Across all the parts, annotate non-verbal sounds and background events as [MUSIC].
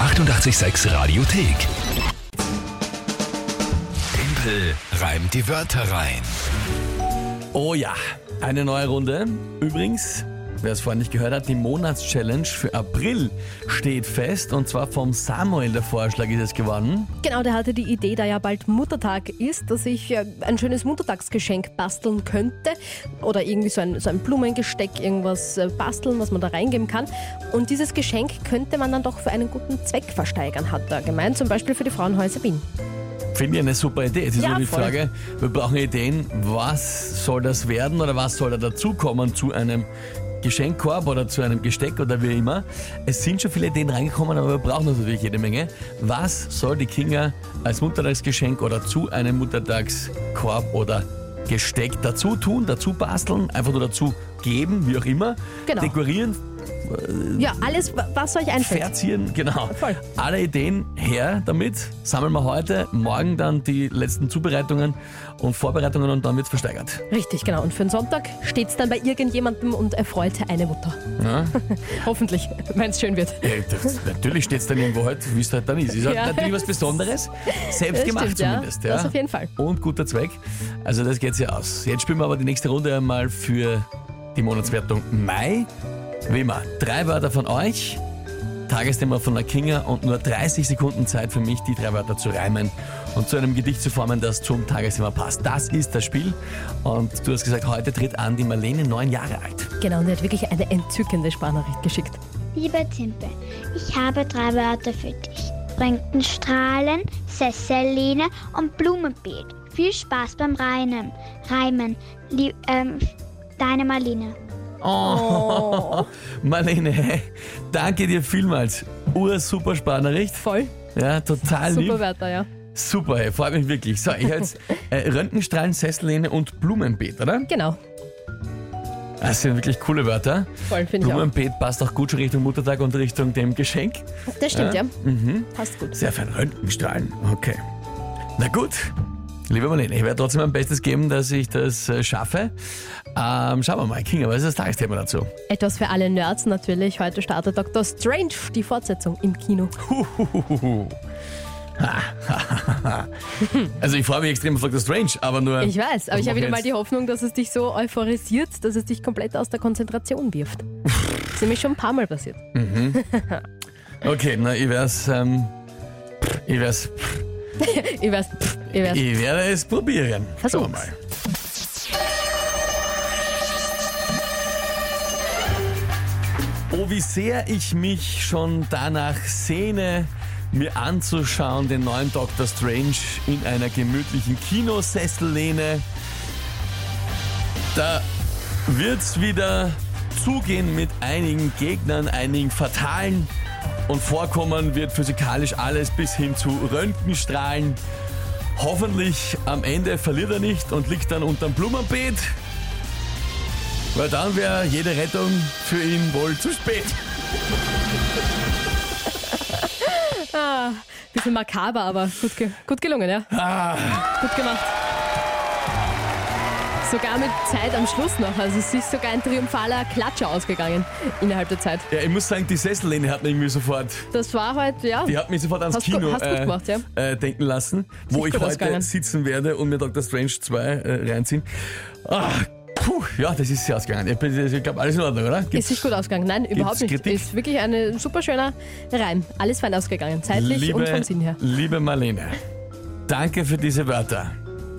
886 Radiothek. Tempel reimt die Wörter rein. Oh ja, eine neue Runde. Übrigens, wer es vorher nicht gehört hat, die Monatschallenge für April steht fest und zwar vom Samuel der Vorschlag ist es geworden. Genau, der hatte die Idee, da ja bald Muttertag ist, dass ich äh, ein schönes Muttertagsgeschenk basteln könnte oder irgendwie so ein, so ein Blumengesteck, irgendwas äh, basteln, was man da reingeben kann. Und dieses Geschenk könnte man dann doch für einen guten Zweck versteigern, hat er gemeint, zum Beispiel für die Frauenhäuser Wien. Finde ich eine super Idee. Jetzt ist Ja, nur die voll. Frage, wir brauchen Ideen, was soll das werden oder was soll da dazukommen zu einem Geschenkkorb oder zu einem Gesteck oder wie immer. Es sind schon viele Ideen reingekommen, aber wir brauchen natürlich jede Menge. Was soll die Kinga als Muttertagsgeschenk oder zu einem Muttertagskorb oder Gesteck dazu tun, dazu basteln, einfach nur dazu geben, wie auch immer. Genau. Dekorieren, Ja, alles, wa- was euch einfällt. verzieren, genau. Voll. Alle Ideen her damit. Sammeln wir heute, morgen dann die letzten Zubereitungen und Vorbereitungen und dann wird's versteigert. Richtig, genau. Und für den Sonntag steht es dann bei irgendjemandem und erfreut eine Mutter. Ja? [LAUGHS] Hoffentlich, wenn es schön wird. Ja, das, Äh, natürlich steht's dann irgendwo halt, wie es halt dann ist. Ist halt Ja. natürlich was Besonderes. Selbst Das gemacht stimmt, ja. zumindest. Das auf jeden Fall. Und guter Zweck. Also das geht's ja aus. Jetzt spielen wir aber die nächste Runde einmal für die Monatswertung Mai. Wie immer, drei Wörter von euch, Tagesthema von der Kinga und nur 30 Sekunden Zeit für mich, die drei Wörter zu reimen und zu einem Gedicht zu formen, das zum Tagesthema passt. Das ist das Spiel. Und du hast gesagt, heute tritt an die Marlene, neun Jahre alt. Genau, und er hat wirklich eine entzückende Sparnachricht geschickt. Lieber Timpel, ich habe drei Wörter für dich. Röntgenstrahlen, Sessellehne und Blumenbeet. Viel Spaß beim Reimen. Reimen. Lieb, ähm, deine Marlene. Oh, Marlene, [LAUGHS] danke dir vielmals. Ursuper Sparnericht. Voll. Ja, total Super lieb. Wörter, ja. Super, ey, freut mich wirklich. So, ich [LAUGHS] als äh, Röntgenstrahlen, Sessellehne und Blumenbeet, oder? Genau. Das sind wirklich coole Wörter. Voll, finde ich auch. Blumenbeet passt auch gut schon Richtung Muttertag und Richtung dem Geschenk. Das stimmt, ja. Mhm. Passt gut. Sehr fein, Röntgenstrahlen. Okay. Na gut. Liebe Marlene, ich werde trotzdem mein Bestes geben, dass ich das äh, schaffe. Ähm, schauen wir mal, Kinga, was ist das Tagesthema dazu? Etwas für alle Nerds natürlich. Heute startet Dr. Strange die Fortsetzung im Kino. Huhuhuhu. [LAUGHS] Ha, ha, ha, ha. also ich freue mich extrem auf Dr. Strange, aber nur... Ich weiß, was aber ich habe machen wieder mal jetzt? die Hoffnung, dass es dich so euphorisiert, dass es dich komplett aus der Konzentration wirft. Das ist nämlich schon ein paar Mal passiert. Okay, na, ich werde es... Ähm, ich werde es... Ich weiß, pff, ich weiß. Ich werde es probieren. Schauen wir Versuch's. mal. Oh, wie sehr ich mich schon danach sehne, mir anzuschauen, den neuen Doctor Strange in einer gemütlichen Kinosessellehne. Da wird's wieder zugehen mit einigen Gegnern, einigen Fatalen. Und vorkommen wird physikalisch alles bis hin zu Röntgenstrahlen. Hoffentlich am Ende verliert er nicht und liegt dann unterm Blumenbeet. Weil dann wäre jede Rettung für ihn wohl zu spät. Bisschen makaber, aber gut, ge gut gelungen, ja. Gut gemacht. Sogar mit Zeit am Schluss noch. Also es ist sogar ein triumphaler Klatscher ausgegangen innerhalb der Zeit. Ja, ich muss sagen, die Sessellehne hat mich irgendwie sofort, Das war heute, ja. die hat mich sofort ans Hast gut- Kino hast gut gemacht, ja. äh, denken lassen, wo ich Ist gut heute ausgegangen. sitzen werde und mir Dr. Strange 2 äh, reinziehen. Ah, puh, ja, das ist sehr ausgegangen. Ich, bin- ich glaube, alles in Ordnung, oder? Ist nicht gut ausgegangen. Nein, überhaupt nicht. Kritik? Ist wirklich ein super schöner Reim. Alles fein ausgegangen. Zeitlich und vom Sinn her. Liebe Marlene, danke für diese Wörter.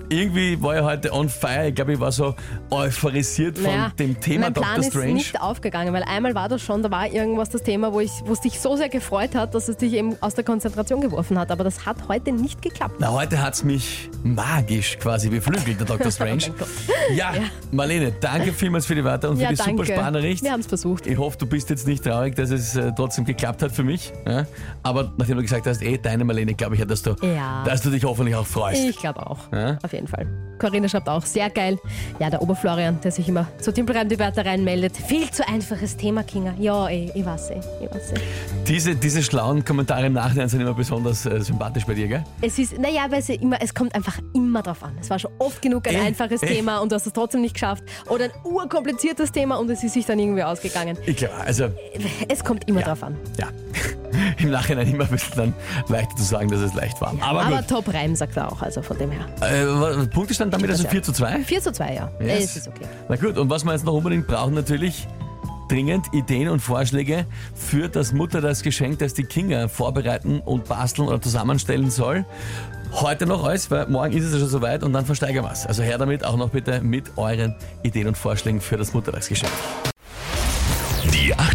Irgendwie war ich heute on fire. Ich glaube, ich war so euphorisiert Naja, von dem Thema mein Plan Dr. ist Strange. nicht aufgegangen, weil einmal war das schon, da war irgendwas das Thema, wo, ich, wo es dich so sehr gefreut hat, dass es dich eben aus der Konzentration geworfen hat. Aber das hat heute nicht geklappt. Na, heute hat's mich magisch quasi beflügelt, der [LAUGHS] Dr. Strange. Oh mein Gott. ja, Marlene, danke vielmals für die Wörter und für ja, die danke. super Spanericht. Wir haben es versucht. Ich hoffe, du bist jetzt nicht traurig, dass es äh, trotzdem geklappt hat für mich. Ja? Aber nachdem du gesagt hast, eh, deine Marlene, glaube ich, ja, dass du, Ja. dass du dich hoffentlich auch freust. Ich glaube auch. Ja? Auf jeden Fall. Corinna schreibt auch, sehr geil. Ja, der Oberflorian, der sich immer zu Timpelreim-Debatte reinmeldet. Viel zu einfaches Thema, Kinga. Ja, ey, ich weiß, ey, ich weiß. Ey. Diese, diese schlauen Kommentare im Nachhinein sind immer besonders äh, sympathisch bei dir, gell? Es ist, naja, weil es, immer, es kommt einfach immer drauf an. Es war schon oft genug ein Eh, einfaches eh. Thema und du hast es trotzdem nicht geschafft. Oder ein urkompliziertes Thema und es ist sich dann irgendwie ausgegangen. Ich glaube, also Es kommt immer drauf an. Ja. [LAUGHS] im Nachhinein immer ein bisschen dann leichter zu sagen, dass es leicht war. Aber, Aber gut, Top-Reim sagt er auch, also von dem her. äh, wa- Punktestand damit also Ja. 4 zu 2. 4 zu 2, ja. Yes. Äh, Es ist okay. Na gut, und was wir jetzt noch unbedingt brauchen, natürlich dringend Ideen und Vorschläge für das Mutter das Geschenk, das die Kinder vorbereiten und basteln oder zusammenstellen soll. Heute noch alles, weil morgen ist es ja schon soweit und dann versteigern wir es. Also her damit auch noch bitte mit euren Ideen und Vorschlägen für das Muttertagsgeschenk. Die